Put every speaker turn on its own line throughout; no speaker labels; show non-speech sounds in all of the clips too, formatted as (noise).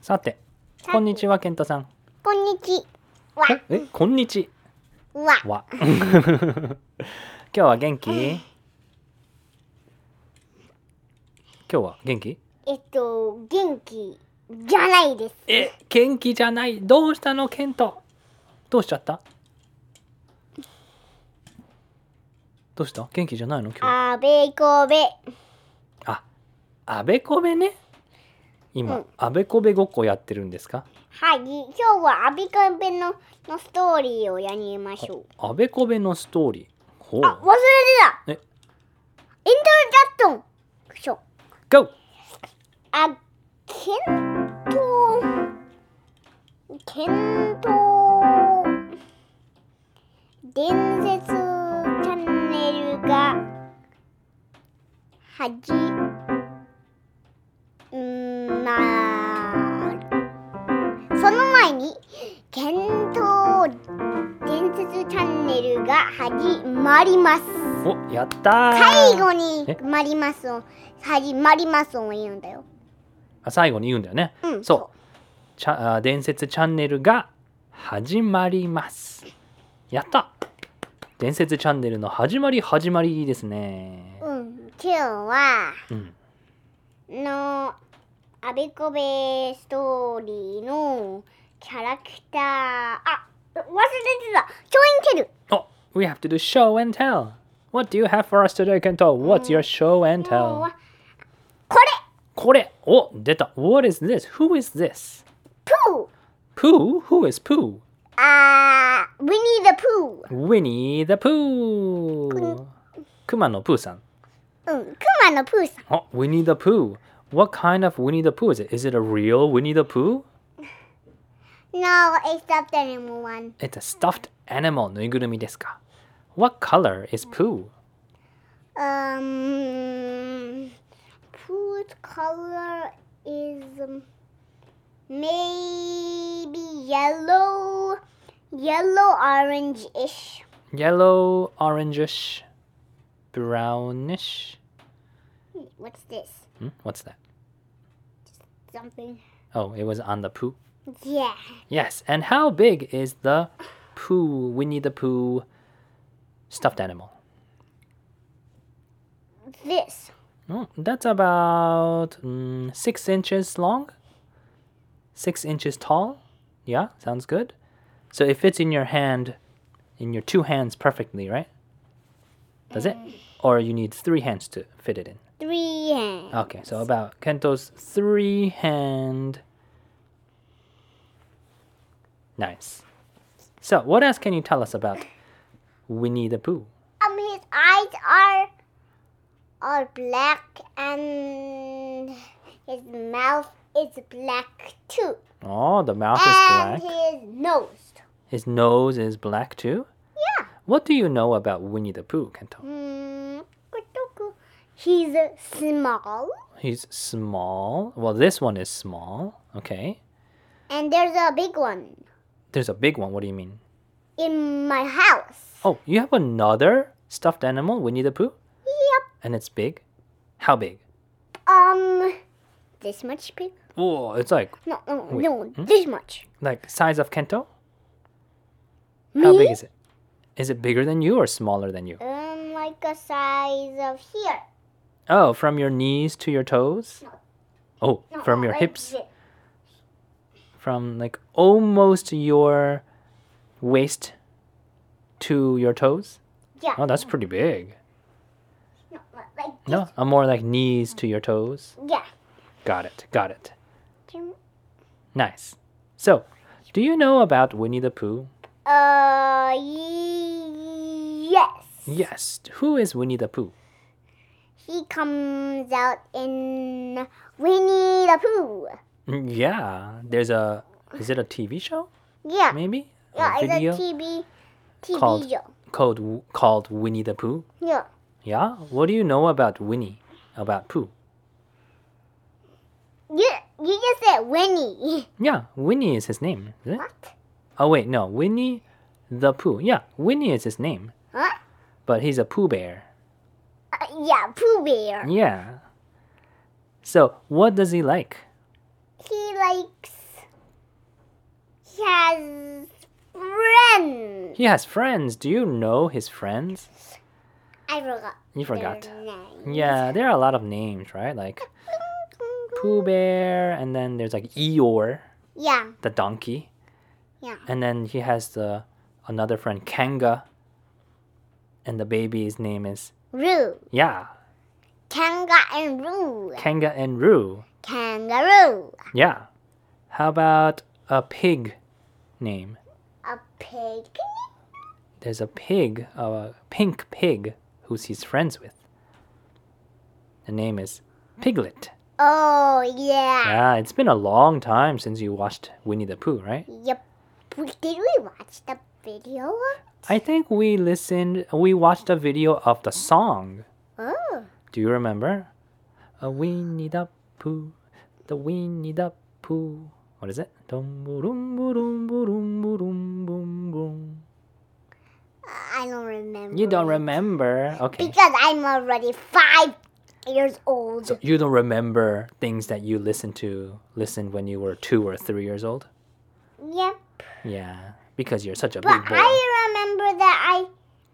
さて
さて
こんにちは健太さん
こんにちは。
えこんにち
わ。
は (laughs) 今日は元気今日は元気
えっと、元気じゃないです。
え元気じゃないどうしたの健太どうしちゃったどうした元気じゃないの今日
あべこべ。
ああべこべね
う
今
ん
あべこべごっこやってるんですか
はい、今日はあべこべののストーリーをやりましょう。
あべこべのストーリーほう
あ、忘
え
れてた。イントロダットン。しょ。
GO!
あ、けんとけんと伝説チャンネルがはじんなその前にけんと伝説チャンネルが始まります
おやったー
最後に
え
「まります」を「始まります」を言うんだよ
あ最後に言うんだよね、
うん
そうちゃあ伝説チャンネルが始まりますやった伝説チャンネルの始まり始まりですね
うん、今日は
うん
のあべこべストーリーのキャラクターあ忘れてたチョインテル
お We have to do show and tell What do you have for us today, Kento? What's your show and
の
tell?
はこれ
これお出た What is this? Who is this?
プー
Pooh? Who is Pooh?
あーウィニー・ザ・プ
Winnie the Pooh! くまのプーさん
ーうんクマのプーさん
Oh, Winnie the Pooh. What kind of Winnie the Pooh is it? Is it a real Winnie the Pooh?
No, it's not the number one
It's a stuffed animal ぬいぐるみですか What color is Pooh?
Um, Pooh's color is um, maybe yellow, yellow orange-ish.
Yellow, orangish, brownish.
What's this?
Hmm? What's that?
Something.
Oh, it was on the Pooh.
Yeah.
Yes, and how big is the Pooh, Winnie the Pooh stuffed animal?
This.
Oh, that's about mm, six inches long, six inches tall. Yeah, sounds good. So it fits in your hand, in your two hands perfectly, right? Does it? Or you need three hands to fit it in.
Three hands.
Okay, so about Kento's three hand. Nice. So, what else can you tell us about Winnie the Pooh?
Um, his eyes are are black and his mouth is black too.
Oh, the mouth is black.
and his nose.
His nose is black too.
Yeah.
What do you know about Winnie the Pooh, Kento?
Hmm. He's small,
He's small. Well, this one is small. Okay.
and there's a big one
There's a big one. What do you mean?
in my house.
Oh, you have another stuffed animal, Winnie the Pooh,
Yep.
and it's big. How big?
Um, this much big?
Oh, it's like
No, no,
Wait, hmm?
no, this much.
like size of Kento.
Me?
How big is it? Is it bigger than you or smaller than you?
Um, like a size of here.
Oh, from your knees to your toes. Oh,
No,
from your
like
hips,
thi-
from like almost your waist to your toes.
Yeah.
Oh, that's pretty big.
No, li- like
No, I'm more like knees to your toes.
this. Yeah.
Got it. Got it.
Can-
Nice. So, do you know about Winnie the Pooh?
Uh, ye- yes.
Yes. Who is Winnie the Pooh?
He comes out in Winnie the Pooh.
Mm, Yeah. There's a. Is it a TV show?
Yeah.
Maybe. Or
Yeah, it's
video
a TV TV
Called-
show.
called W- called Winnie the Pooh.
Yeah.
Yeah. What do you know about Winnie? About Pooh?
You you just said Winnie. (laughs)
Yeah. Winnie is his name. Is it?
What?
Oh wait, no. Winnie the Pooh. Yeah. Winnie is his name,
Huh?
but he's a Pooh bear.
Uh, Ah. yeah, Pooh Bear.
Yeah. So, what does he like?
He likes. He has friends.
He has friends. Do you know his friends?
I forgot.
You forgot.
Their names.
Yeah, there are a lot of names, right? Like Pooh Bear, and then there's like Eeyore,
Yeah.
the donkey,
Yeah.
and then he has the another friend Kanga, and the baby's name is
Roo.
yeah
Kanga and Roo.
Kanga and Roo.
Kangaroo.
Yeah. How about a pig name?
A pig.
There's a pig, a pink pig, who's he's friends with. The name is Piglet.
Oh yeah.
Yeah, it's been a long time since you watched Winnie the Pooh, right?
Yep. We Did we watch the video?
I think we listened, we watched a video of the song.
Oh.
Do you remember? A Winnie the Pooh, the Winnie the Pooh. What is it? Dum bu dum bu dum bu dum bu dum bum bum.
I don't remember.
You don't remember? Okay.
Because I'm already five years old.
So you don't remember things that you listened to, listened when you were two or three years old?
yep.
Yeah, because you're such a
But
big boy.
I remember that I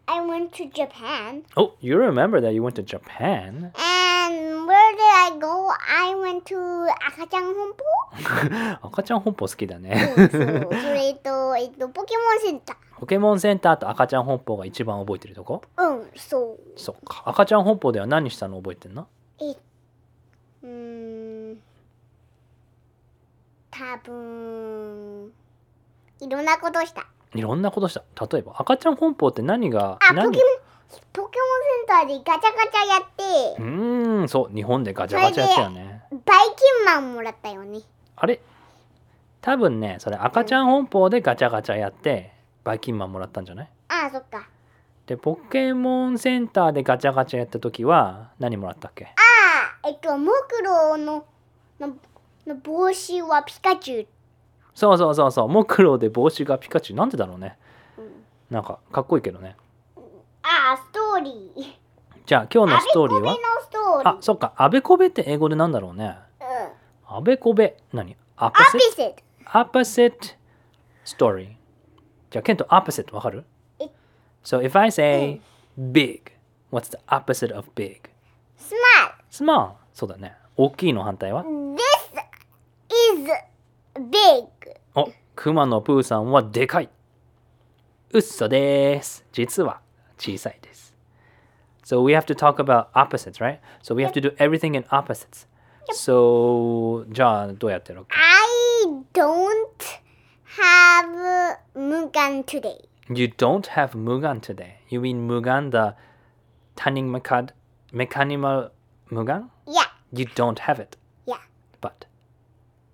I went to Japan.
Oh, you remember that you went to Japan?
And where did I go? I went to Akachan
(laughs)
Honpo.
赤ちゃん本舗好きだね。
そうそれと、えっと、ポケモンセンタ
ポケモンセンターと赤ちゃん本舗が一番覚えてるとこ
ー。うん、そう。
そっか。赤ちゃん本舗では何したの覚えてんの
うーん。多分。いろんなことした。
いろんなことした。例えば、赤ちゃん本舗って何が、
あ、ポケモン
何、
ポケモンセンターでガチャガチャやって
う、ーん、そう、日本でガチャガチャやったよね。
バイキンマンもらったよね。
あれ多分ね、それ赤ちゃん本舗でガチャガチャやって、バイキンマンもらったんじゃない
あそっか。
で、ポケモンセンターでガチャガチャやった時は、何もらったっけ
あえっと、モクロの、の、の帽子はピカチュウ。
そうそうそうそう、モクロで帽子がピカチュウ。なんでだろうね。なんか、かっこいいけどね。
あストーリー。
じゃあ、今日の
あ
ストーリーは
のストー
あ
リー。
そっかあべこべって英語でなんだろうね
うん。
あべこべ何アパ
ア
セ
ピ
ット
セット。
アパセットストーリーじゃあケントアパセットわかる
え
So if I say big what's the opposite of big
スマイル。
small そうだね大きいの反対は
This is big.
おくまのプーさんはでかいうっそです実は小さいです So we have to talk about opposites right So we have to do everything in opposites So じゃあどうやってやろう
I don't have Mugan today.
You don't have Mugan today. You mean Mugan, the Tanning Mekad, Mecanimal Mugan?
Yeah,
You don't have it,
yeah,
but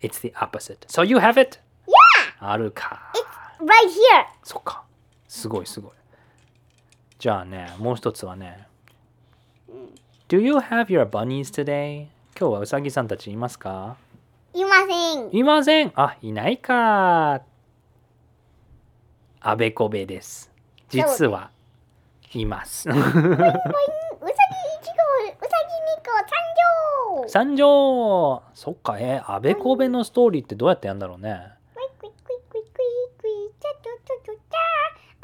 it's the opposite. So you have it?
yeah.
あるか。
It's right here.
そっか。すごいすごい。じゃあね、もう一つはね。Do you have your bunnies today? 今日はうさぎさんたちいますか
いません。
いません。あ、いないか。あべこべです。実は、います。
うさぎ一号、うさぎ二号参上。
参上そっかえー、あべこべのストーリーってどうやってやるんだろうね
クイクイクイクイクイクイ、チャチャチャチャチ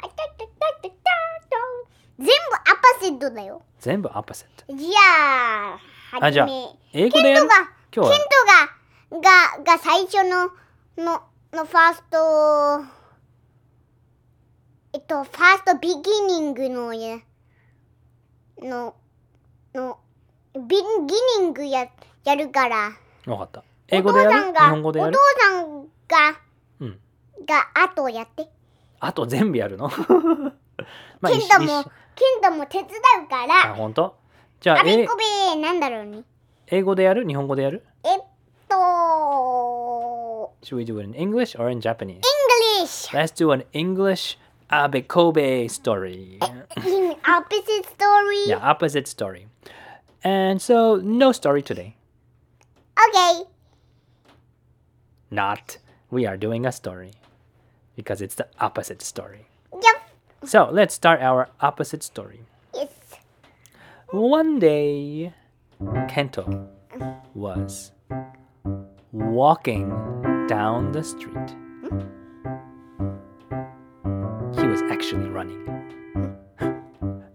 ャ、あチャチャチャチャチャチャ。全部アパセットだよ。
全部アパセット
じゃあ、は
あじ
じ
ゃあ
め。
英
ケ
語で
ン
や
ト
る
が。
今日
ケ
は
ントが、が、が最初の、の、のファースト、えっと、ファーストビギニングのや、の、の、ビギニングや、やるから、
分かった英
お
語
父
でや
さ
る
ん
日
が、
本
お
語でや
父
る
さんが、
うん
が、あとやって。
あと全部やる (laughs) のま
ケントも
一緒、
ケントも手伝うか
あ
ら、
本当じゃあ
あべ
え
っこべー、なんだろうね。
英語でやる日本語でやる
えっと、
Should we do it in English or in Japanese?
English!
Let's do an English あべこべ story
in opposite story.
Yeah, opposite story And so no story today
Okay.
Not We are doing a story Because it's the opposite story
Yep.
So let's start our opposite story.
Yes.
One day, Kento was walking down the street. He was actually running.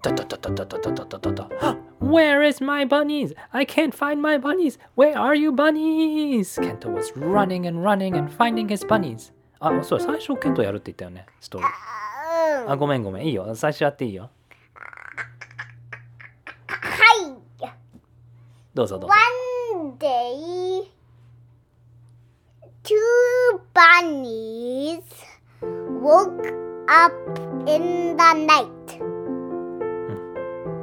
Da, da, da, da, da, da, da, da, (gasps) da, da. Where is my bunnies? I can't find my bunnies. Where are you bunnies? Kento was running and running and finding his bunnies. あ、そうだ最初ケントやるって言ったよね、ストーリー。
あうん
あ、ごめんごめん。いいよ。最初やっていいよ。
はい。
どうぞどうぞ。
One day, two bunnies woke up in the night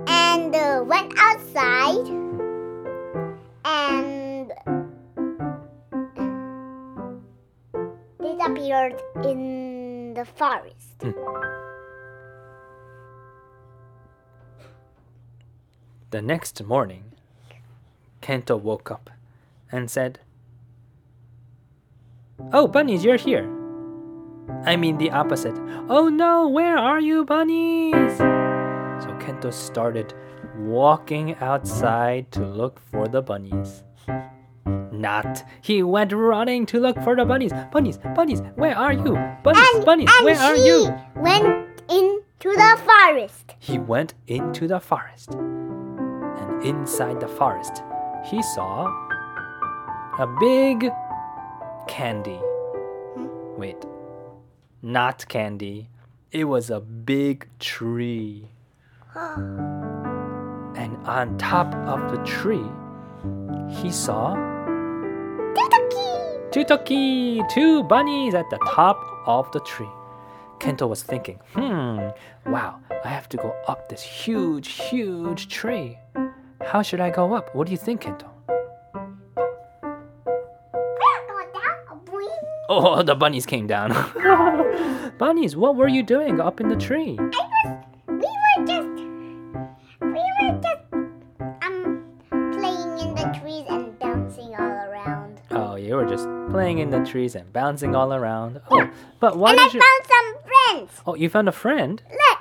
and uh, went outside and disappeared in the forest.
The next morning, Kento woke up and said, Oh, bunnies, you're here. I mean the opposite. Oh no, where are you, bunnies? So Kento started walking outside to look for the bunnies. Not. He went running to look for the bunnies. Bunnies, bunnies, where are you? Bunnies,
And,
bunnies,
and
where
she
are you?
went into the forest.
he went into the forest. And inside the forest, he saw a big candy. Wait, not candy. It was a big tree. And on top of the tree, he saw
Tutuki!
two turkey, two bunnies at the top of the tree. Kento was thinking, hmm, wow, I have to go up this huge, huge tree. How should I go up? What do you think, Kento? (laughs) Oh, the bunnies came down. (laughs) bunnies, what were you doing up in the tree?
We were just, we were just, um, playing in the trees and bouncing all around.
Oh, you were just playing in the trees and bouncing all around. Oh, but why
and I
did you?
found some friends.
Oh, you found a friend.
Look,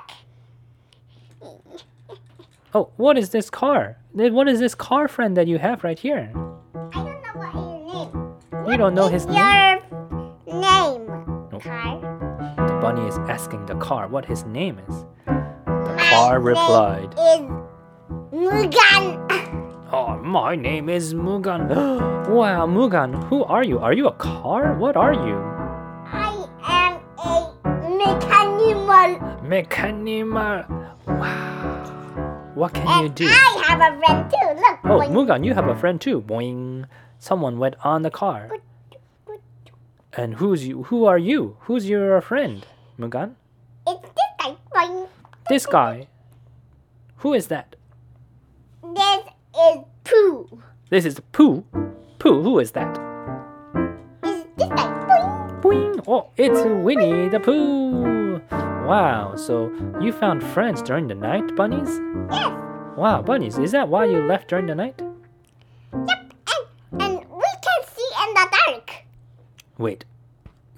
Oh, what is this car? What is this car friend that you have right here?
I don't know what his name.
You don't know
is
his name.
Your name,
Nope.
car.
The bunny is asking the car what his name is. The
My
car
name
replied,
Is Mugan.
Oh, my name is Mugan. (gasps) wow, Mugan, who are you? Are you a car? What are you?
I am a mechanimal,
Mechanimal. Wow. What can you
and
do?
I have a friend too. Look,
Oh,
boing.
Mugan, you have a friend too. Boing. Someone went on the car. And who's you? Who are you? Who's your friend? Mugan?
it's this guy. Boing.
This guy. Who is that?
This is Pooh.
This is Pooh. Pooh, who is that?
Is this guy? Boing.
Boing! Oh, it's Winnie the Pooh! Wow, so you found friends during the night, bunnies?
Yes.
Wow, bunnies, is that why you left during the night?
Yep. And and we can see in the dark.
Wait,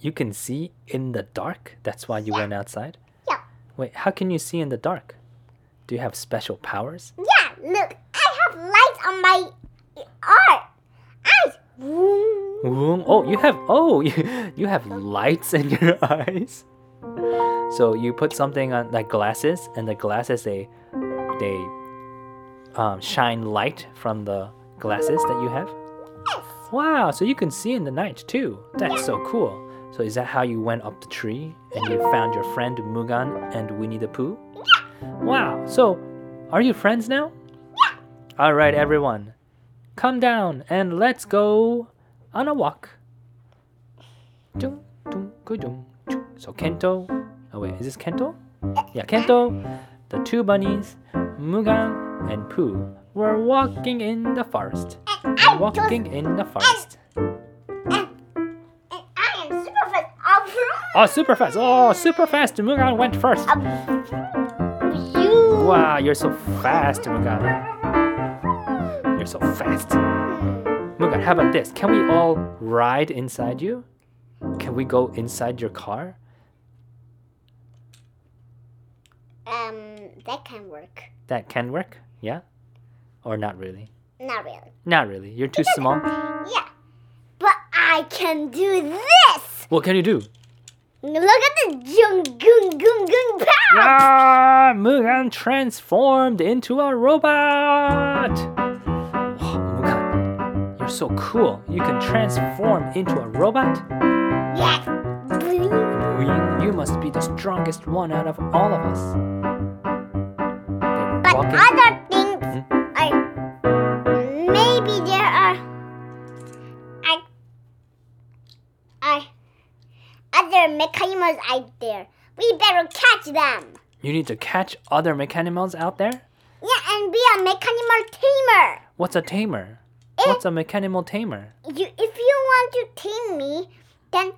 you can see in the dark? That's why you went outside?
Yeah.
Wait, how can you see in the dark? Do you have special powers?
Yeah. Look, I have lights on my arm. Eyes. Vroom.
Vroom. Oh, you have oh, (laughs) you, you have lights in your (laughs) eyes. So you put something on like glasses, and the glasses they they um, shine light from the glasses that you have. Wow! So you can see in the night too. That's so cool. So is that how you went up the tree and you found your friend Mugan and Winnie the Pooh? Wow! So are you friends now? All right, everyone, come down and let's go on a walk. Dun, dun, gu-dun, chu. So Kento, oh wait, is this Kento? Yeah, Kento, the two bunnies, Mugan and Pooh, were walking in the forest.
And I
Walking in the forest.
Just, and, and I am super fast. Oh, vroom.
Oh, super fast! Oh, super fast! Mugan went first.
(laughs) You.
Oh, Wow, you're so fast, Mugan. You're so fast.
Hmm,
Mugan, how about this? Can we all ride inside you? Can we go inside your car?
Um, that can work.
That can work, yeah? Or not really?
Not really.
Not really. You're too small.
Yeah. But I I can do this!
What can you do?
Look at the jung gung gung gung pow!
Ah, Mugan transformed into a robot. Wow, Mugan, you're so cool. You can transform into a robot.
Yes! Bling.
We- You must be the strongest one out of all of us. They were
But
walking- Hmm?
other things are maybe there are I, I other mechanisms out there. We better catch them.
You need to catch other mechanimals out there.
Yeah, and be a mechanimal tamer.
What's a tamer?
Eh.
What's a mechanimal tamer?
You, if you want to tame me, then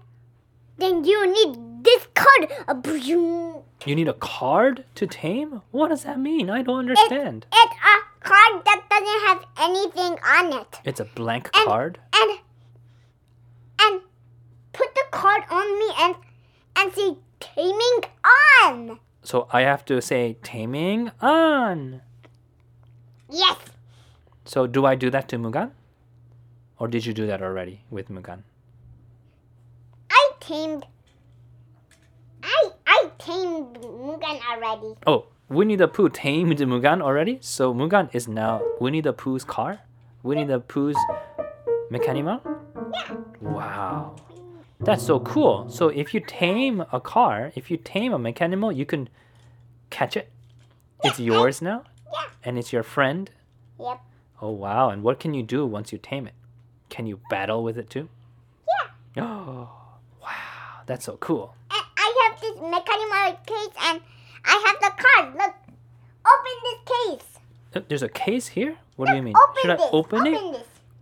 then you need this card. A broom.
You need a card to tame? What does that mean? I don't
It,
understand.
it's a card that doesn't have anything on it.
It's a blank
And-
card.
and and put the card on me and and say taming on.
So I have to say taming on.
Yes.
So do I do that to Mugan? Or did you do that already with Mugan?
I tamed. I I tamed Mugen already.
Oh, Winnie the Pooh tamed Mugan already? So Mugan is now Winnie the Pooh's car? Winnie the Pooh's mechanimal? Wow. That's so cool. So if you tame a car, if you tame a mechanimal, you can catch it. It's yours now?
Yeah.
And it's your friend?
Yep.
Oh wow, and what can you do once you tame it? Can you battle with it too? Yeah. Oh (gasps) wow, that's so cool.
And I have this mechanimal case and I have the card. Look. Open this case.
Uh, There's a case here? What do you mean?
Open
Should I
this.
open it?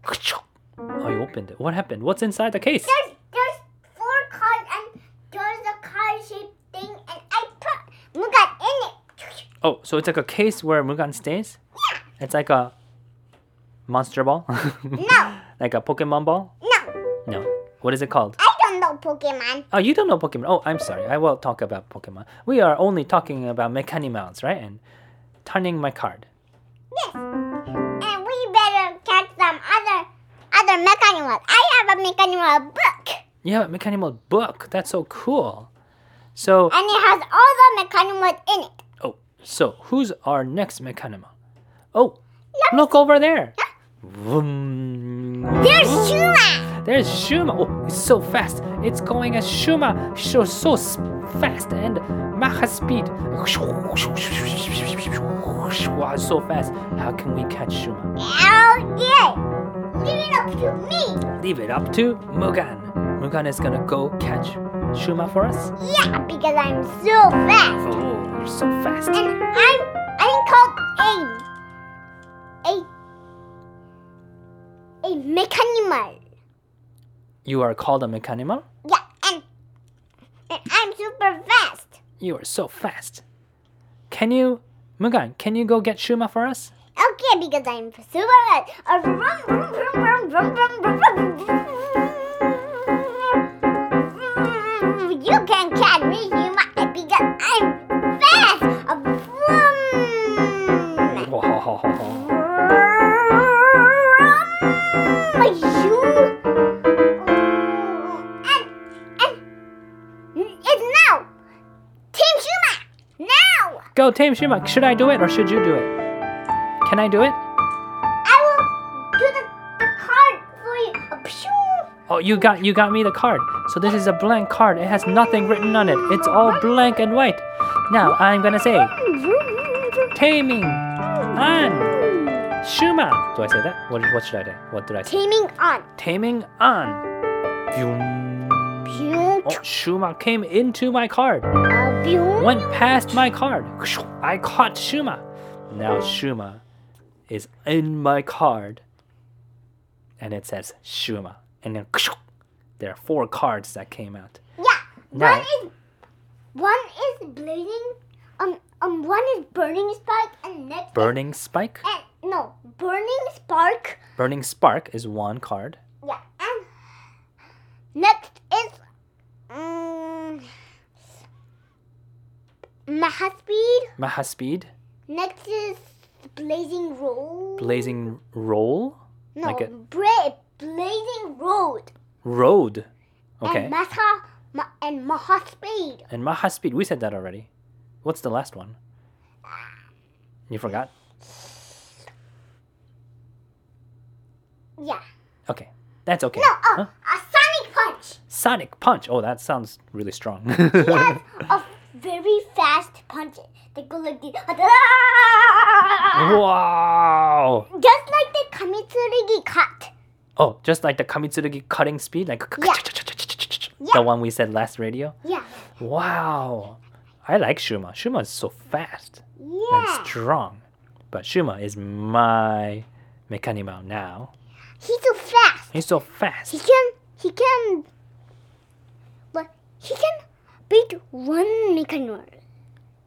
this.
I opened it. What happened? What's inside the case?
There's there's four cards and there's a card shaped thing and I put Mugen in it.
Oh, so it's like a case where Mugan stays? It's like a monster ball? (laughs)
No.
like a Pokemon ball?
No.
No. What is it called?
I don't know Pokemon.
Oh, you don't know Pokemon. Oh, I'm sorry. I will talk about Pokemon. We are only talking about Mechanimals, right? And turning my card.
Yes. And we better catch some other other mechanisms. I have a mechanism book.
Yeah, Mechanimal book. That's so cool. So,
And it has all the mechanisms in it.
oh, so who's our next Mechanimal? Oh, look over there. Vroom.
There's Shuma.
There's Shuma. Oh, it's so fast. It's going as Shuma. So, so s- fast and Maha speed. Wow, so fast. How can we catch Shuma?
Oh yeah. Leave it up to me.
Leave it up to Mugan. Mugan is gonna go catch Shuma for us.
Yeah, because I'm so fast.
Oh, you're so fast.
And I'm I'm called a a a mechanimal.
You are called a Mechanimal?
Yeah, and and I'm super fast.
You are so fast. Can you, Mugan, can you go get Shuma for us?
Okay, because I'm super red. A vroom, vroom, vroom, vroom, vroom, vroom, vroom, vroom. You can catch me, human, because I'm fast. A vroom.
Wow.
Vroom. You. And, and it's now. Team Shuma, now.
Go, Tame Shuma. Should I do it or should you do it? Can I do it?
I will do the, the card for you. A pew.
Oh, you got you got me the card. So this is a blank card. It has nothing written on it. It's all blank and white. Now I'm gonna say taming on Shuma. Do I say that? What what should I do? What did I say?
Taming on.
Taming on. Boom.
Pew.
Oh, Shuma came into my card.
A pew.
went past my card. I caught Shuma. Now Shuma is in my card. And it says Shuma. And then there are four cards that came out.
Yeah.
No.
One is one is bleeding. Um um. One is burning spark and next.
Burning Spike.
And no burning spark.
Burning Spark is one card.
Yeah. And next is um. Maha speed.
Maha Speed.
Next is blazing roll.
Blazing Roll.
No,
Like a-
bra- blazing road.
road. Okay.
And Maha ma, and Maha Speed.
And Maha Speed, we said that already. What's the last one? You forgot?
Yeah.
Okay. That's okay.
No, oh,
Huh?
a Sonic Punch.
Sonic Punch. Oh, that sounds really strong.
He has a very fast punch that goes like
Uh-huh.
this.
wow.
Just like the Kamitsurugi cut.
Oh, just like the Kamitsurugi cutting speed, like
Yeah.
the one we said last radio.
Yeah.
Wow. I like Shuma. Shuma is so fast and
Yeah.
strong. But Shuma is my Mechanimo now.
He's so fast.
He's so fast.
He can he can but he can beat one mechanor.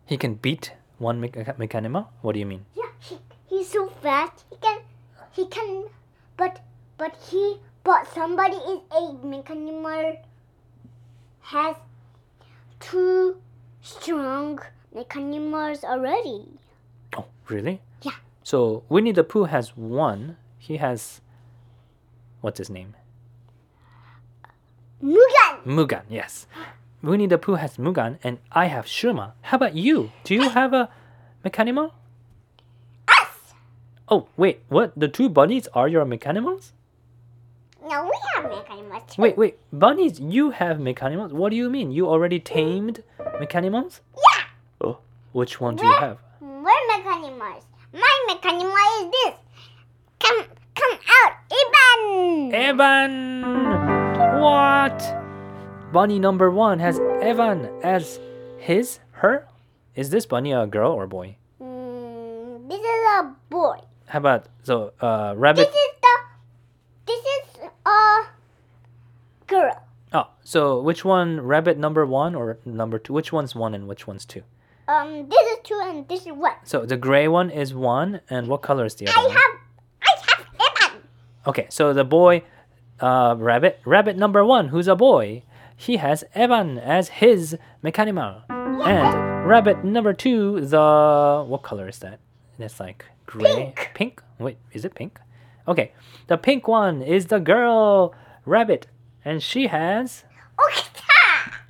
He can beat one mech- Mechanimo? What do you mean?
Yeah, he, he's so fast. He can he can but but he but somebody is a mechanor has two strong mechanimals already.
Oh, really?
Yeah.
So Winnie the Pooh has one. He has. What's his name?
Mugen!
Mugan, yes. Winnie the Pooh has Mugan, and I have Shuma. How about you? Do you have a mechanimo?
Us!
Oh, wait, what? The two bunnies are your mechanimals?
No, we have mechanimals too.
Wait, wait, bunnies, you have mechanimals? What do you mean? You already tamed mechanimals?
Yeah!
Oh, which one do you have?
We're mechanimals. My mechanimal is this. Come, come out, Ivan.
Evan! What? Bunny number one has Evan as his, her? Is this bunny a girl or boy?
Mm, this is a boy.
How about, so, uh,
This
rabbit?
is the. This is a girl.
Oh, so which one, rabbit number one or number two? Which one's one and which one's two?
Um, this is two and this is one.
So the gray one is one, and what color is the other
I
one?
have, I have Ivan.
Okay, so the boy, uh, rabbit, rabbit number one, who's a boy, he has Evan as his mechanimal. And rabbit number two, the what color is that? It's like gray, pink. Wait, is it pink? Okay, the pink one is the girl rabbit, and she has
Okita.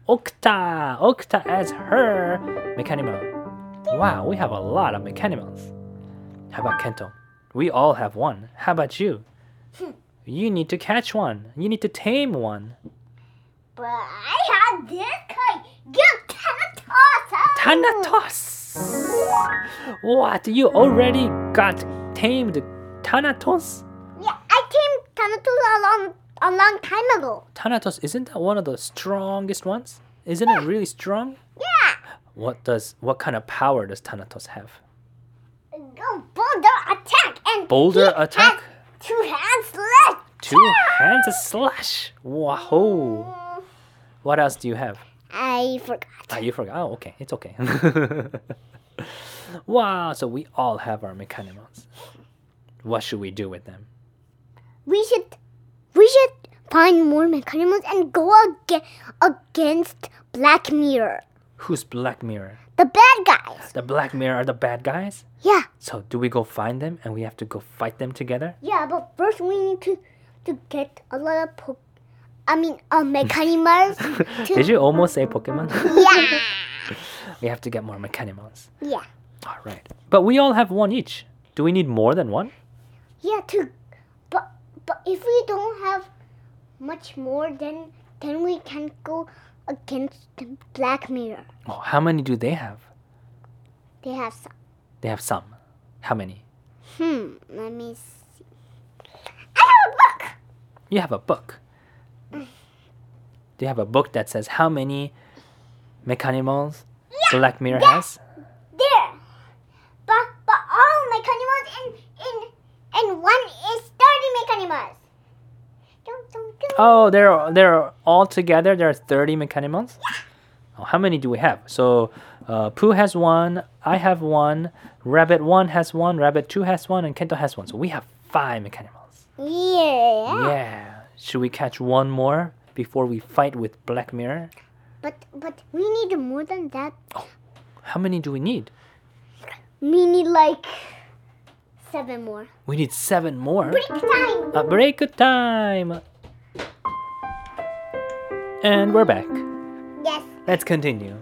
Okta, Okta as her mechanimal. Wow, we have a lot of mechanimals. How about Kento? We all have one. How about you? You need to catch one. You need to tame one.
But I have this guy. You Um, cannot toss
Thanatos! What? You already got tamed Thanatos?
Yeah, I came Thanatos a long, a long time ago.
Thanatos, isn't that one of the strongest ones? Isn't it really strong?
Yeah.
What does what kind of power does Thanatos have?
go boulder attack and
Boulder
he
attack?
has two hands left.
Two hands a slash. Whoa. What else do you have?
Mm, I forgot.
Ah, you forgot. Oh, okay. It's okay. (laughs) wow. So we all have our mechanimals. What should we do with them?
We should we should find more mechanisms and go aga against Black Mirror,
Who's Black Mirror?
the bad guys.
The Black Mirror are the bad guys?
Yeah,
So do we go find them and we have to go fight them together?
yeah. But first we need to to get a lot of po- I mean,
(laughs)
uh, mechanisms. to-
Did you almost say Pokemon?
(laughs)
(laughs)
Yeah,
we have to get more mechanimals.
yeah,
All right. But we all have one each. Do we need more than one?
yeah. To but but if we don't have much more, then then we can go against Black Mirror.
Oh, how many do they have?
They have some.
They have some. How many?
Hmm, let me see. I have a book!
You have a book. Do you have a book that says how many mechanimals Black Mirror
Yeah.
has?
There! But, but all mechanimals and, and, and one is 30 mechanimals. Dun, dun, dun.
Oh, there are there are all together. There are thirty mechanimals. Oh, how many do we have? So, uh, Pooh has one. I have one. Rabbit one has one. Rabbit two has one, and Kento has one. So we have five mechanimals.
Yeah.
Yeah. Should we catch one more before we fight with Black Mirror?
But, but we need more than that.
How many do we need?
We need like seven more.
Uh-huh. We need seven more.
Break time!
A break time. And we're back.
Yes.
Let's continue.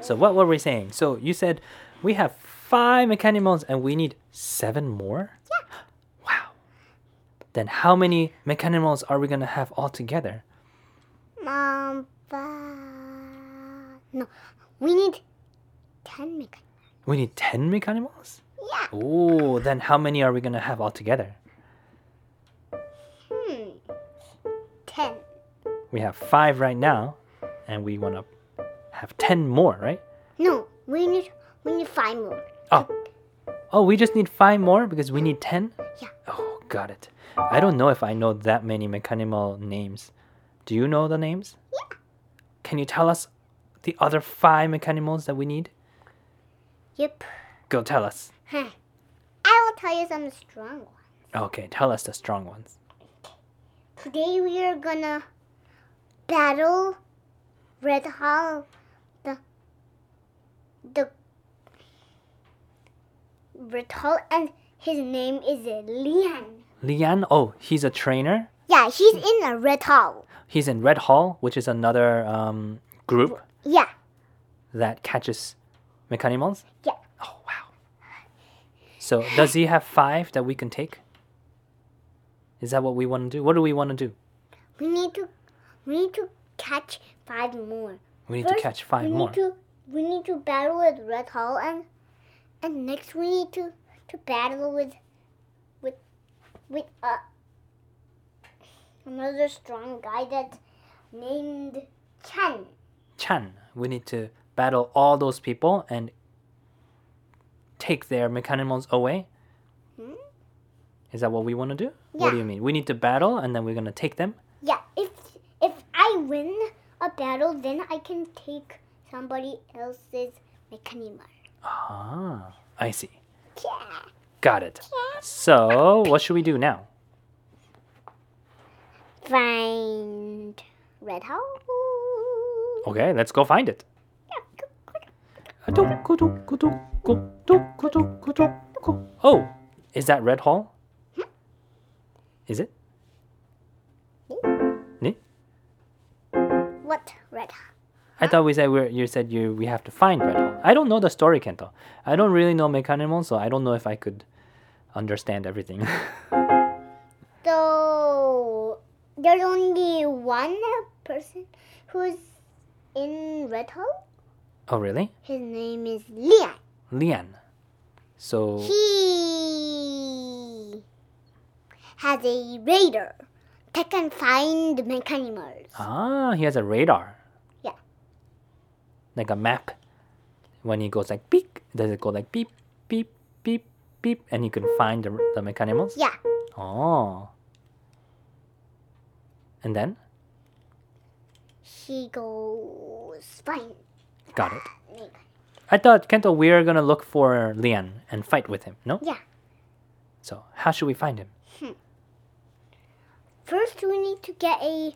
So, what were we saying? So, you said we have five mechanimals and we need seven more?
Yeah.
Wow. Then, how many mechanimals are we going to have altogether?
Um, but no, we need ten mechanics.
We need 10 mechanimals?
Yeah.
Oh, then how many are we going to have altogether?
Hmm. Ten.
We have five right now, and we want to have 10 more, right?
No, we need we need five more.
Oh. Oh, we just need five more because we need 10?
Yeah.
Oh, got it. I don't know if I know that many mechanimal names. Do you know the names?
Yeah.
Can you tell us the other five mechanimals that we need?
Yep.
Go tell us.
Huh. I will tell you some strong ones.
Okay, tell us the strong ones.
Today we are gonna battle Red Hall the the Red Hall and his name is Lian.
Lian, oh, he's a trainer.
Yeah, he's in a Red Hall.
He's in Red Hall, which is another um, group
Yeah,
that catches mechanimals.
yeah.
Oh, wow. So, does he have five that we can take? Is that what we want to do? What do we want to do?
We need to we need to catch five more.
We need
First,
to catch five
we
more.
Need to, we need to battle with Red Hall and and next we need to, to battle with with with uh, another strong guy that's named Chen.
Chan. We need to battle all those people and take their mechanimals away.
Hmm?
Is that what we want to do? What do
Yeah.
you mean? We need to battle and then we're going to take them?
Yeah, if if I win a battle then I can take somebody else's mechanima.
Ah, I see.
Yeah.
Got it. So, what should we do now?
Find Red Hall.
Okay, let's go find it.
Yeah, go, go, go.
Oh, is that Red Hall? Is it? Ne?
What Red Hall?
I thought we said we're, you said you we have to find Red Hall. I don't know the story, Kento. I don't really know Mechanimals, so I don't know if I could understand everything. (laughs)
So there's only one person who's in Red Hall.
oh, really?
His name is Lian.
Lian. So
He has a radar that can find mechanimals.
ah, he has a radar.
Yeah.
Like a map. When he goes like beep, does it go like beep, beep, beep, beep, and he can find the the Mechanimals?
Yeah.
Oh. And then?
He goes find
Got it.
(sighs) mechan-
I thought, Kento, we are going to look for Lian and fight with him, no?
Yeah.
So, how should we find him?
First, we need to get a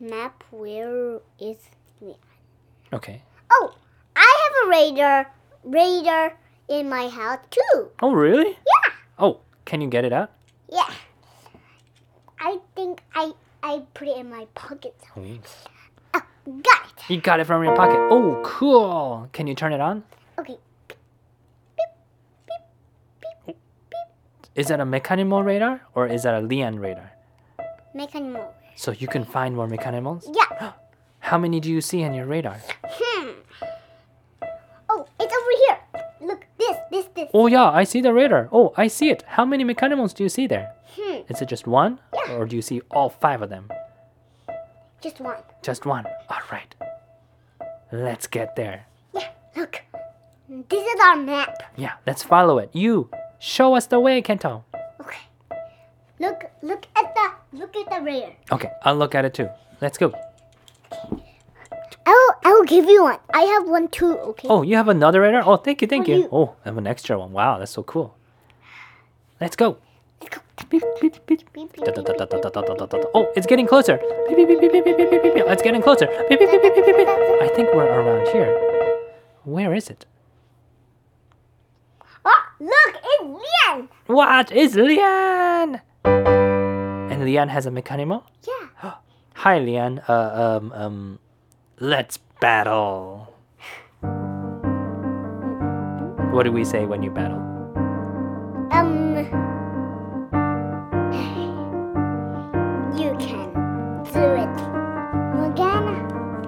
map. Where is Lian?
Okay.
Oh, I have a radar radar in my house too.
Oh, really?
Yeah.
Oh, can you get it out?
Yeah. I think I I put it in my pocket. Oh, got it.
You got it from your pocket. Oh, cool. Can you turn it on?
Okay.
Is that a mechanimo radar or is that a Lian radar?
Make a move.
So you can find more mechanimals?
Yeah.
How many do you see on your radar?
Hmm. Oh, it's over here. Look, this, this, this.
Oh, yeah, I see the radar. Oh, I see it. How many mechanimals do you see there?
Hmm.
Is it just one?
Yeah.
Or do you see all five of them?
Just one.
Just one. All right. Let's get there.
Yeah. Look. This is our map.
Yeah, let's follow it. You show us the way, Kento.
Okay. Look, look at the, look at the radar.
Okay, I'll look at it too. Let's go.
I will, I will give you one. I have one too. Okay.
Oh, you have another radar? Oh, thank you, thank
Oh,
you.
you-
Oh, I have an extra one. Wow, that's so cool. Let's go.
Let's go.
Beep, beep, beep.
Beep, beep,
Da,
beep,
da,
beep,
da, da,
beep,
da, da, da, da, da. Oh, it's getting closer. Beep, beep, beep, beep, beep, beep, beep, beep, beep, beep. Let's get in closer. Beep, beep, beep, beep, beep, beep, beep. I think we're around here. Where is it?
Oh, look, it's Lian.
What is Lian? And Lian has a mechanimo?
Yeah.
Hi, Lian. Uh, um, um, let's battle. What do we say when you battle?
Um.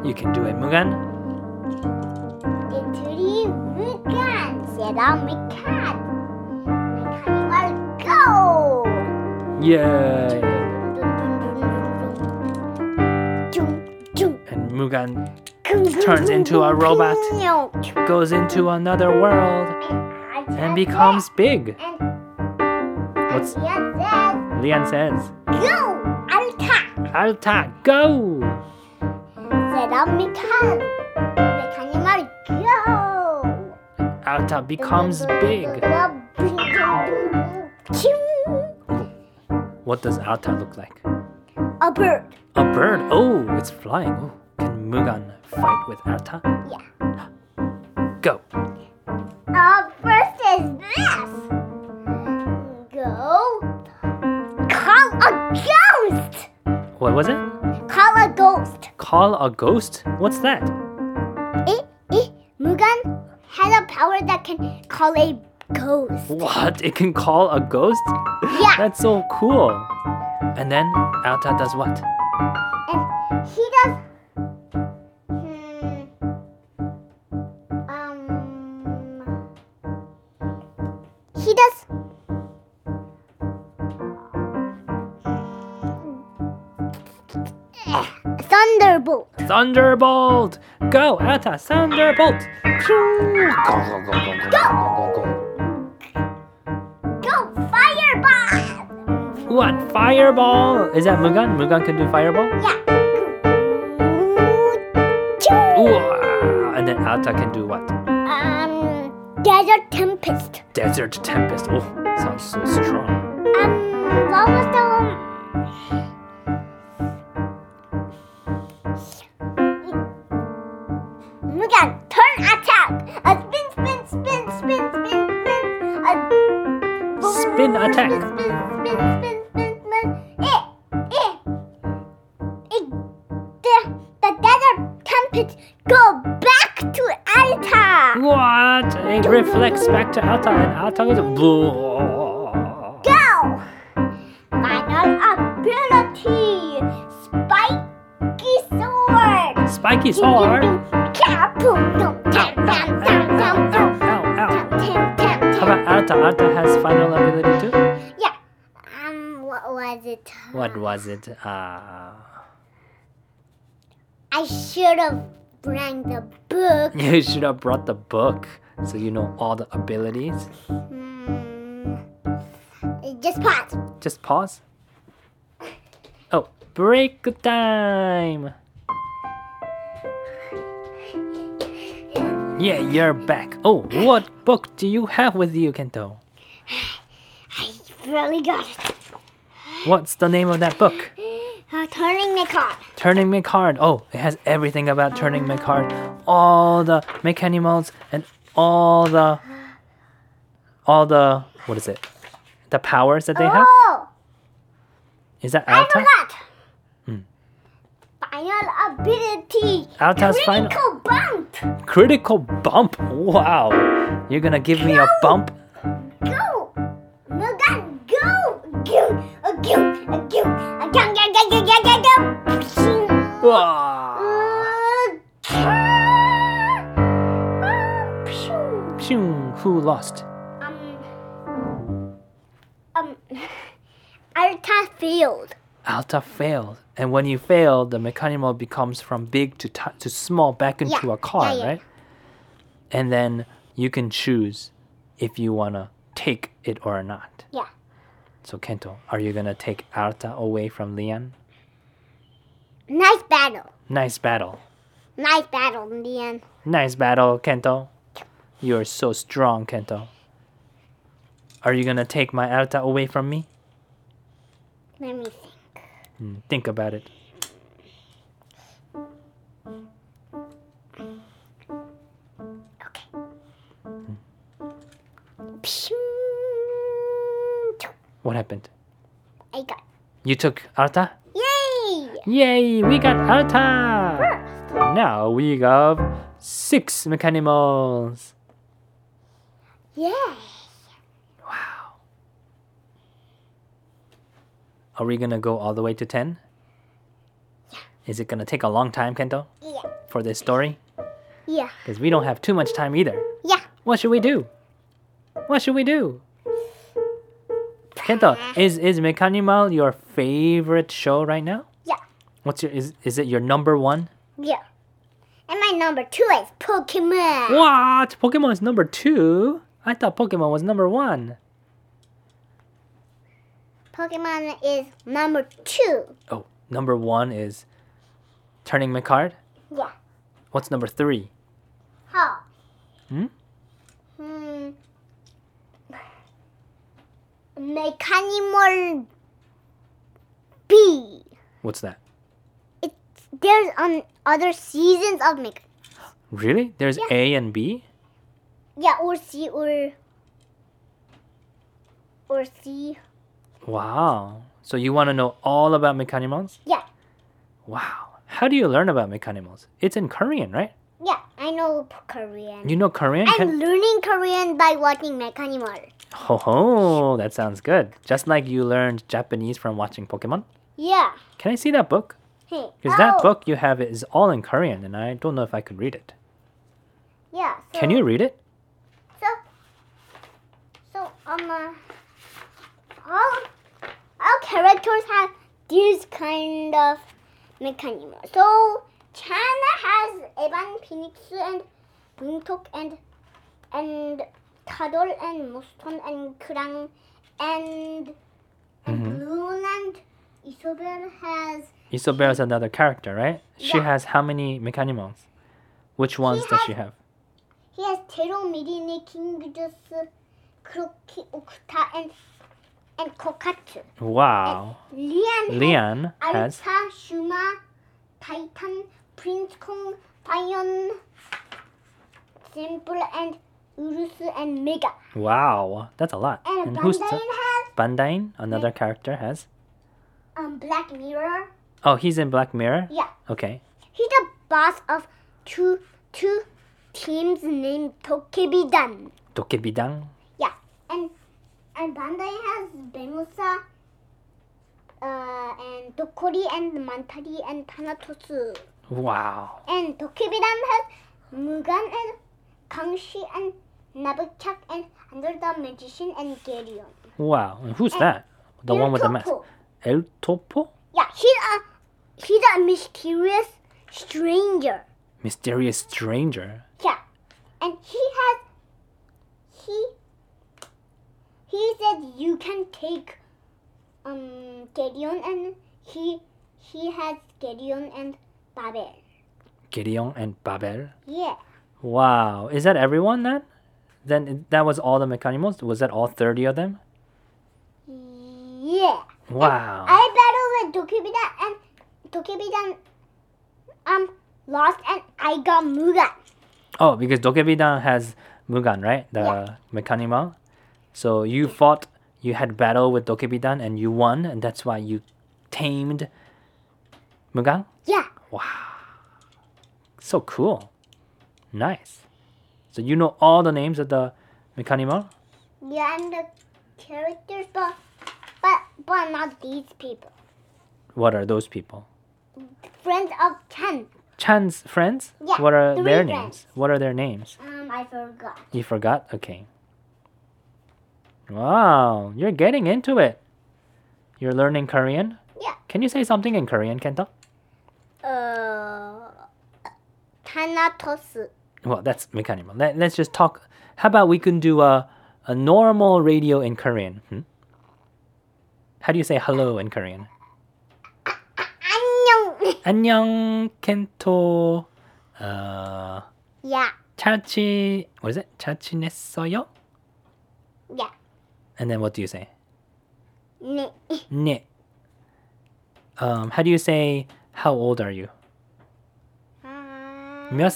You can do
You can do it,
it. Mugan,
Mugan.
into the Mugan. Sit on my cat. My cat will go.
Yeah.
Dun, dun,
And Mugan
dun.
Turns into a robot. goes into another world and becomes big.
And
What's
Leon
Lian
says,
says?
go, Alta.
Alta, go!
Said on my cat. My cat will go.
Alta becomes big. What does Alta look like?
A bird.
A bird. Oh, it's flying. Oh, can Mugan fight with Alta?
Yeah.
Go.
Uh, first is this. Go. Call a ghost.
What was it?
Call a ghost.
Call a ghost? What's that?
Eh, eh, Mugan has a power that can call a ghost.
What? It can call a ghost?
Yeah.
That's so cool. And then Alta does what?
And he does. Hmm. Um. He does. Thunderbolt.
Thunderbolt! Go, Alta, Thunderbolt!
Go fireball.
What? Fireball! Is that Mugan? Mugan can do fireball?
Yeah.
Ooh, and then Alta can do what?
Um. Desert tempest.
Desert Tempest. Oh, sounds so strong.
Um, what was the one? Mugan, turn attack! A spin, spin, spin, spin, spin, spin, a
Spin attack.
Spin, spin, spin, spin, spin, spin. Eh, eh, eh. The, the desert tempest go back to Alta.
What? It reflects back to Alta, and Alta goes. Whoa.
Go! Final ability! Spiky sword!
Spiky sword. Ow, ow, ow. How about Alta? Alta has final ability too.
Yeah. Um, what was it?
What was it? Uh, (laughs)
I should have bring the book.
you should have brought the book so you know all the abilities.
Hmm. Just pause.
Just pause. Oh, break time! Yeah, you're back. Oh, what book do you have with you, Kento?
I really got it.
What's the name of that book?
Uh, turning the car.
Turning Me Card. Oh, it has everything about Turning Me Card. All the mechanimals and all the. All the. What is it? The powers that they have?
Oh!
Is that
I
Alta?
forgot.
Hmm.
Final ability.
Alta's final-
Critical bump.
Critical bump. Wow. You're gonna give me a bump?
Go. Mugan, go. Go. A go. A go. A go. Go. Go. Go. Go. Go. Go.
Wah.
Uh, phew.
Phew, Who lost?
Um. Um. (laughs) Alta failed.
Alta failed. And when you fail, the mechanimo becomes from big to ti to small back into
Yeah,
a car,
yeah, yeah.
right? And then you can choose if you wanna take it or not.
Yeah.
So Kento, are you gonna take Alta away from Lian?
Nice battle.
Nice battle.
Nice battle in the end.
Nice battle, Kento. You are so strong, Kento. Are you gonna take my Alta away from me?
Let me think.
Hmm, Think about it.
Okay. Pew.
What happened?
I got.
You took Alta?
Yay!
Yay, we got Alta!
First,
Now we have six mechanimals.
yes.
Wow. Are we gonna go all the way to 10? Is it gonna take a long time, Kento,
Yeah.
for this story?
Yeah.
Because we don't have too much time either.
Yeah.
What should we do? What should we do? Kento, is is Mechanimal your favorite show right now?
Yeah.
What's your is is it your number one?
Yeah. And my number two is Pokemon.
What? Pokemon is number two? I thought Pokemon was number one.
Pokemon is number two.
Oh, number one is Turning Card.
Yeah.
What's number three?
How?
Hmm?
Hmm. Mechanimal B.
What's that?
There's on other seasons of Mech.
Really? There's
Yeah.
A and B?
Yeah, or C or or C.
Wow. So you want to know all about Mechanimals?
Yeah,
Wow. How do you learn about Mechanimals? It's in Korean, right?
yeah. I know p- Korean.
You know Korean?
I'm
Can-
learning Korean by watching Mechanimal.
Ho ho, that sounds good. Just like you learned Japanese from watching Pokemon.
Yeah.
Can I see that book?
Hey.
Because that
oh,
book you have is all in Korean and I don't know if I could read it.
Yeah. So,
Can you read it?
So. So um. Uh, all all characters have this kind of Mechanimal. So China has Evan, Phoenix, and Boomtok, and and Tadol, and Muston, and Krang, and and
Mhm.
Bloom, and Isobel has.
Isobel is another character, right? She
Yeah.
has how many Mechanimals? Which ones does
has-
she have?
He has Tero, Mirini, King Juice, Kuroki, Okuta, and and Kokatsu.
Wow.
Lian,
Lian
has
has.
Alta, Shuma, Titan, Prince Kong, Pion, Simple, and Urus, and Mega.
Wow. That's a lot.
And
And who's.
Bandain
The-
has
Bandain, another character, has.
um, Black Mirror.
Oh, he's in Black Mirror?
Yeah,
Okay.
he's the boss of two two teams named Tokebidan.
Dokebidang.
Yeah, and and Bandai has Bemusa, uh, and Dokori and Mantari and Thanatos.
Wow.
And Dokibidan has Mugan and Kangshi and Nabuchak and Under the Magician and Garion.
Wow. And who's that? The one with the mask.
Topo.
El Topo?
Yeah, he's a he's a mysterious stranger.
Mysterious stranger.
Yeah, and he has he he said you can take um Gideon and he he has Gideon and Babel.
Gideon and Babel.
Yeah,
Wow. Is that everyone then? Then it- that was all the Mechanimals? Was that all 30 of them?
yeah.
Wow.
I battled with Dokibidan and Dokibidan um lost and I got Mugan.
Oh, because Dokebidan has Mugan, right? The
Yeah.
Mechanimal. So you fought, you had battle with Dokebidan and you won, and that's why you tamed Mugan?
Yeah,
So cool. Nice. So you know all the names of the Mechanimal?
yeah, and the characters, but but but not these people.
What are those people?
Friends of ten.
Chan's friends?
Yeah,
what are
three
their names?
friends.
What are their names?
Um, I forgot.
You forgot? Okay. Wow, you're getting into it. You're learning Korean?
Yeah.
Can you say something in Korean, Kento?
Uh, Thanatos.
Well, that's mechanimal. Let, let's just talk. How about we can do a, a normal radio in Korean? Hmm? How do you say hello in Korean?
안녕.
안녕, Kento. Uh,
(laughs) yeah,
잘지, what is it? 잘 지냈어요?
yeah.
And then what do you say?
네.
네. Um, how do you say, how old are you?
아,
몇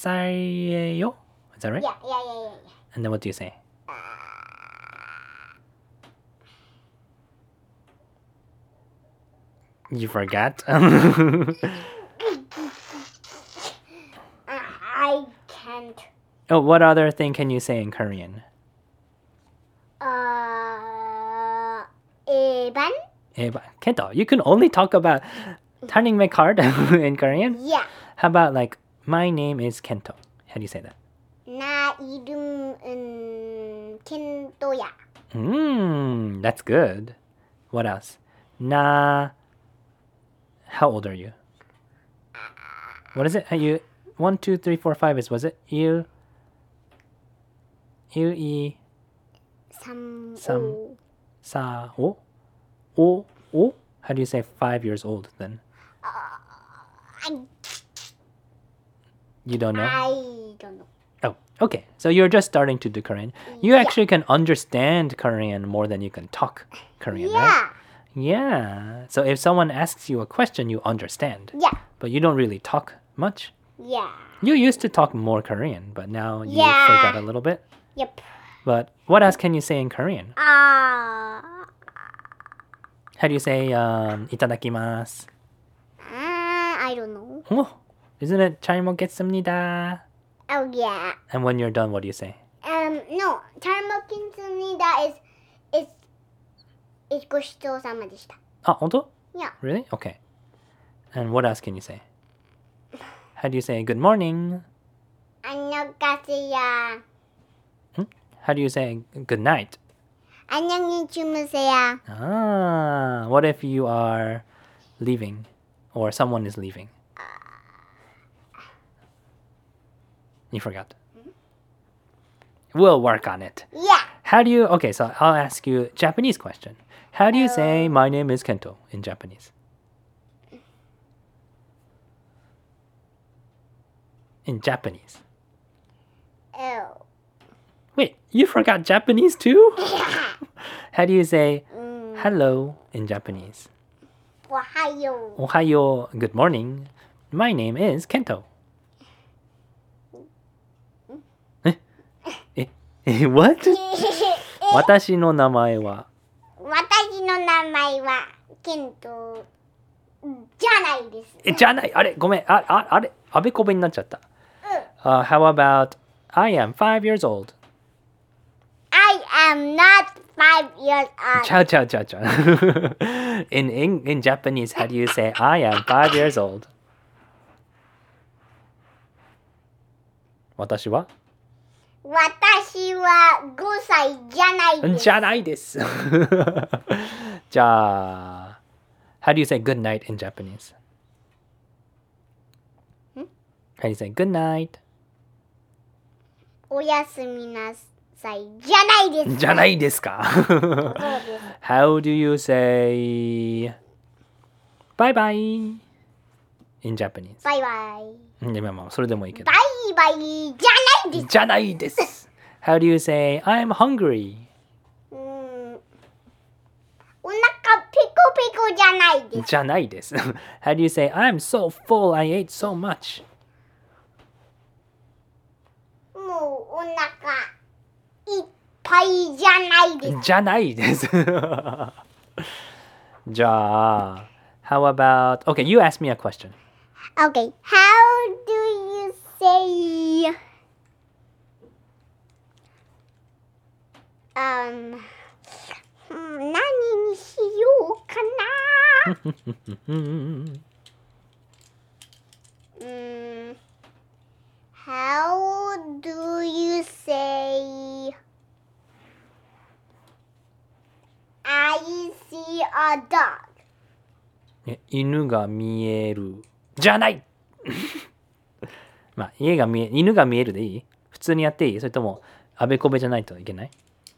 살이에요? Is that right?
Yeah, yeah, yeah, yeah. yeah.
And then what do you say? You forgot? (laughs)
Uh, I can't.
oh, what other thing can you say in Korean?
Uh, Evan?
Eh, but Kento, you can only talk about turning my card (laughs) in Korean.
Yeah.
How about like my name is Kento? How do you say that?
나 이름은 켄토야.
Mmm, that's good. What else? Na. How old are you? What is it? Are you one, two, three, four, five? Is was it you? You e
삼.
삼. sa o o o. How do you say five years old? Then
I,
you don't know.
I don't know.
Oh, okay. So you're just starting to do Korean. You actually can understand Korean more than you can talk Korean, right?
Yeah.
Yeah. So if someone asks you a question, you understand,
Yeah.
but you don't really talk much.
Yeah.
You used to talk more Korean, but now you
Yeah.
forgot a little bit.
Yep.
But what else can you say in Korean?
아.
How do you say um, itadakimasu?
아, I don't know.
Oh, isn't it 잘 먹겠습니다?
Oh yeah.
And when you're done, what do you say?
Um no. 잘 먹겠습니다 is is is 고시조사마 되시다.
Ah, onto?
Yeah.
Really? Okay. And what else can you say? How do you say good morning?
안녕하세요.
How do you say good night?
안녕히 주무세요.
Ah, what if you are leaving or someone is leaving? You forgot. We'll work on it.
Yeah.
How do you Okay, so I'll ask you Japanese question. How do you say my name is Kento in Japanese? In Japanese.
Oh.
Wait, you forgot Japanese too? How do you say
음.
hello in Japanese?
오하요.
Ohayo, good morning. My name is Kento. Eh? Eh? Eh, What? 私の名前は
私の名前はケントじゃないです。
え、じゃない。あれ、ごめん。あ、あ、あれ、あべこべになっちゃった。Uh, how about I am five years old?
I am not five years old.
ちゃうちゃうちゃうちゃう。in, in, in Japanese, how do you say I am five years old? 私は
私は5歳じゃないです。
じゃないです。 (laughs) じゃあ、How do you say good night in Japanese? How do you say good night?
おやすみなさいじゃないです。
じゃないですか
そうです
How do you say bye bye in Japanese?
バイバイ。
いやまあまあそれでもいいけど
バ。イバイじゃないです。
じゃないです。How do you say I'm hungry?
うーんお腹ペコペコじゃないです。
じゃないです。How do you say I'm so full I ate so much?
もうお腹いっぱいじゃないです。
じゃないです。 (laughs) じゃあ、How about. Okay, you ask me a question.
Okay, how do you say um うん何にしようかなうん、How do you say I see a dog?
え犬が見える。じゃない (laughs) まあ、家が見え、犬が見えるでいい普通にやっていいそれとも、あべこべじゃないといけない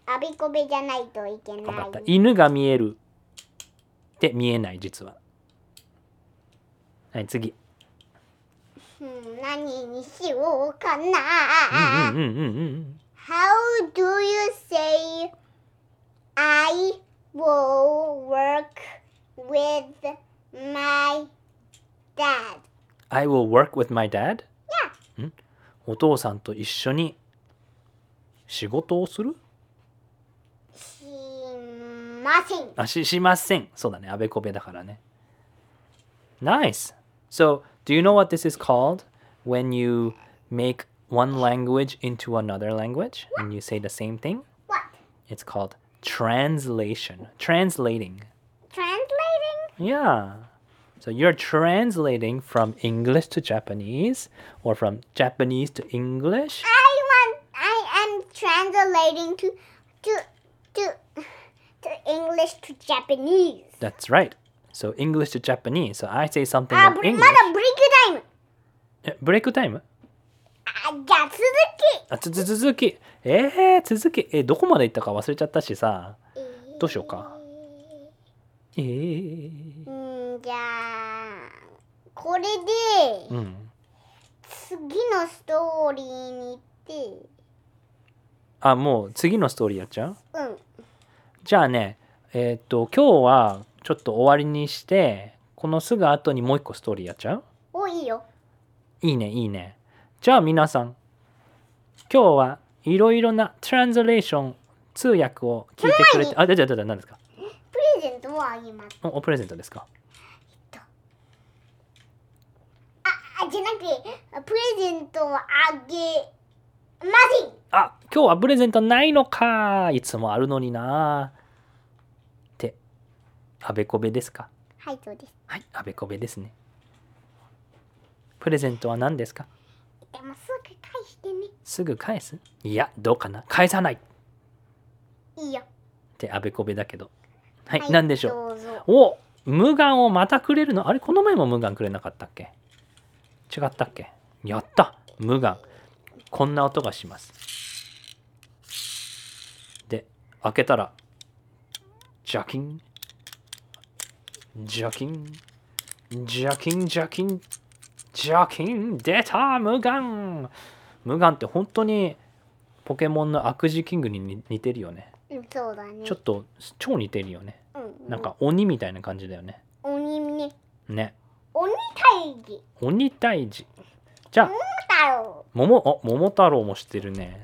あべこべじゃないといけない。
わかった。犬が見える。って見えない、実は。はい、次。
うん何にしようかな、
うんうんうんうんうん。
How do you say I will work with my dad?
I will work with my dad? Hmm?
Yeah.
お父さんと一緒に仕事をする
しません。
あししませんそうだねあべこべだからね Nice. So, do you know what this is called when you make one language into another language and you say the same thing?
What?
It's called translation. Translating.
Translating?
Yeah. So you're translating from English to Japanese or from Japanese to English.
I want. I am translating to to to to English to Japanese.
That's right. So English to Japanese. So I say something
Ah,
in
but
English.
not a break time.
Eh, Break time.
Ah, that's the key.
あつつ続き。えー、続き。えー、どこまで行ったか忘れちゃったしさ。どうしようか。えー。
うんじゃあ Mm, これで
うん。
次のストーリーに行って
あ、もう次のストーリーやっちゃう
うん
じゃあね、えーっと、今日はちょっと終わりにして、このすぐ後にもう一個ストーリーやっちゃう
おいいよ
いいね、いいね。じゃあ皆さん、今日はいろいろなトランスレーション、通訳を聞いてくれて、あ、じゃじゃじゃ何ですか
プレゼントをあげます
おおプレゼントですか
ああじゃなくてプレゼントをあげません
あ、今日はプレゼントないのか。いつもあるのにな。って、あべこべですか
はいそうです
はい、あべこべですね。プレゼントは何ですか
でもすぐ返してね
すぐ返すいや、どうかな。返さないっ
いいよ
てあべこべだけど。はい、何でしょう
どうぞ
お無眼をまたくれるのあれこの前も無眼くれなかったっけ違ったっけやった無眼こんな音がしますで開けたらジャキンジャキンジャキンジャキンジャキン出た無眼無眼って本当にポケモンの悪事キングに似似てるよね
うんそうだね
ちょっと超似てるよね
うん
なんか鬼みたいな感じだよね。
鬼ね
ね。
鬼退治
鬼退治。じゃあ、
太郎
桃、お、桃太郎も知ってるね。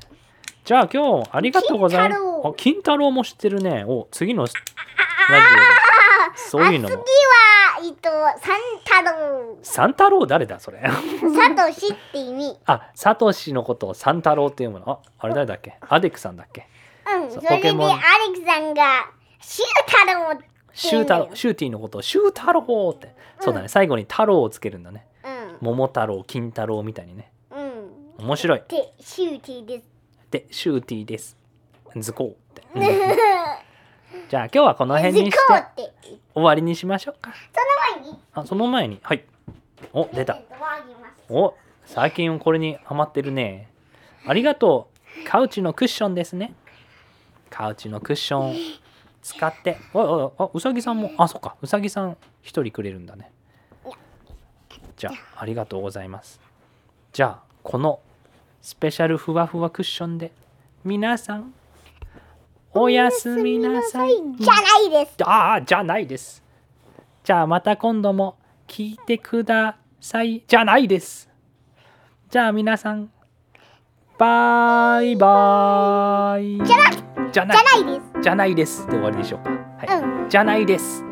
じゃあ今日ありがとうございます
金太。郎
あ、金太郎も知ってるね。お、次のラジオで。そういうの
あ
も。
次はえっと三太郎
三太郎誰だそれ。 (laughs)
サトシって意味
あ、サトシのことを三太郎っていうもの。あ、あれ誰だっけアデクさんだっけ
うん、
そ
そうれ
ポケ
でア
モン
レクさんが「シュー太郎」って
シュー太郎、シューティーのことをシュー太郎って。そうだね。最後に太郎をつけるんだね。
う
桃太郎、金太郎みたいにね。
んうん
面白い。
でシューティーです
で、シューティーです。ズコーって。うんじゃあ今日はこの
(laughs)
辺にし
図工
て
って言って
終わりにしましょうか。
その前に
あ、その前に、はい。お、出た。
終わります
お、最近これにハマってるね。ありがとう。カウチのクッションですね。カウチのクッションを使って。おいおいおいあ、うさぎさんも、あ、そっか。うさぎさん一人くれるんだね。じゃあ、ありがとうございます。じゃあ、このスペシャルふわふわクッションで、皆さん、おやすみなさい。
じゃないです
ああじゃないです。じゃあまた今度も聞いてくださいじゃないです。じゃあ皆さんバイバイ。じゃないじゃ
じゃないです
ないですって終わりでしょうか。はい。
う
じゃないです。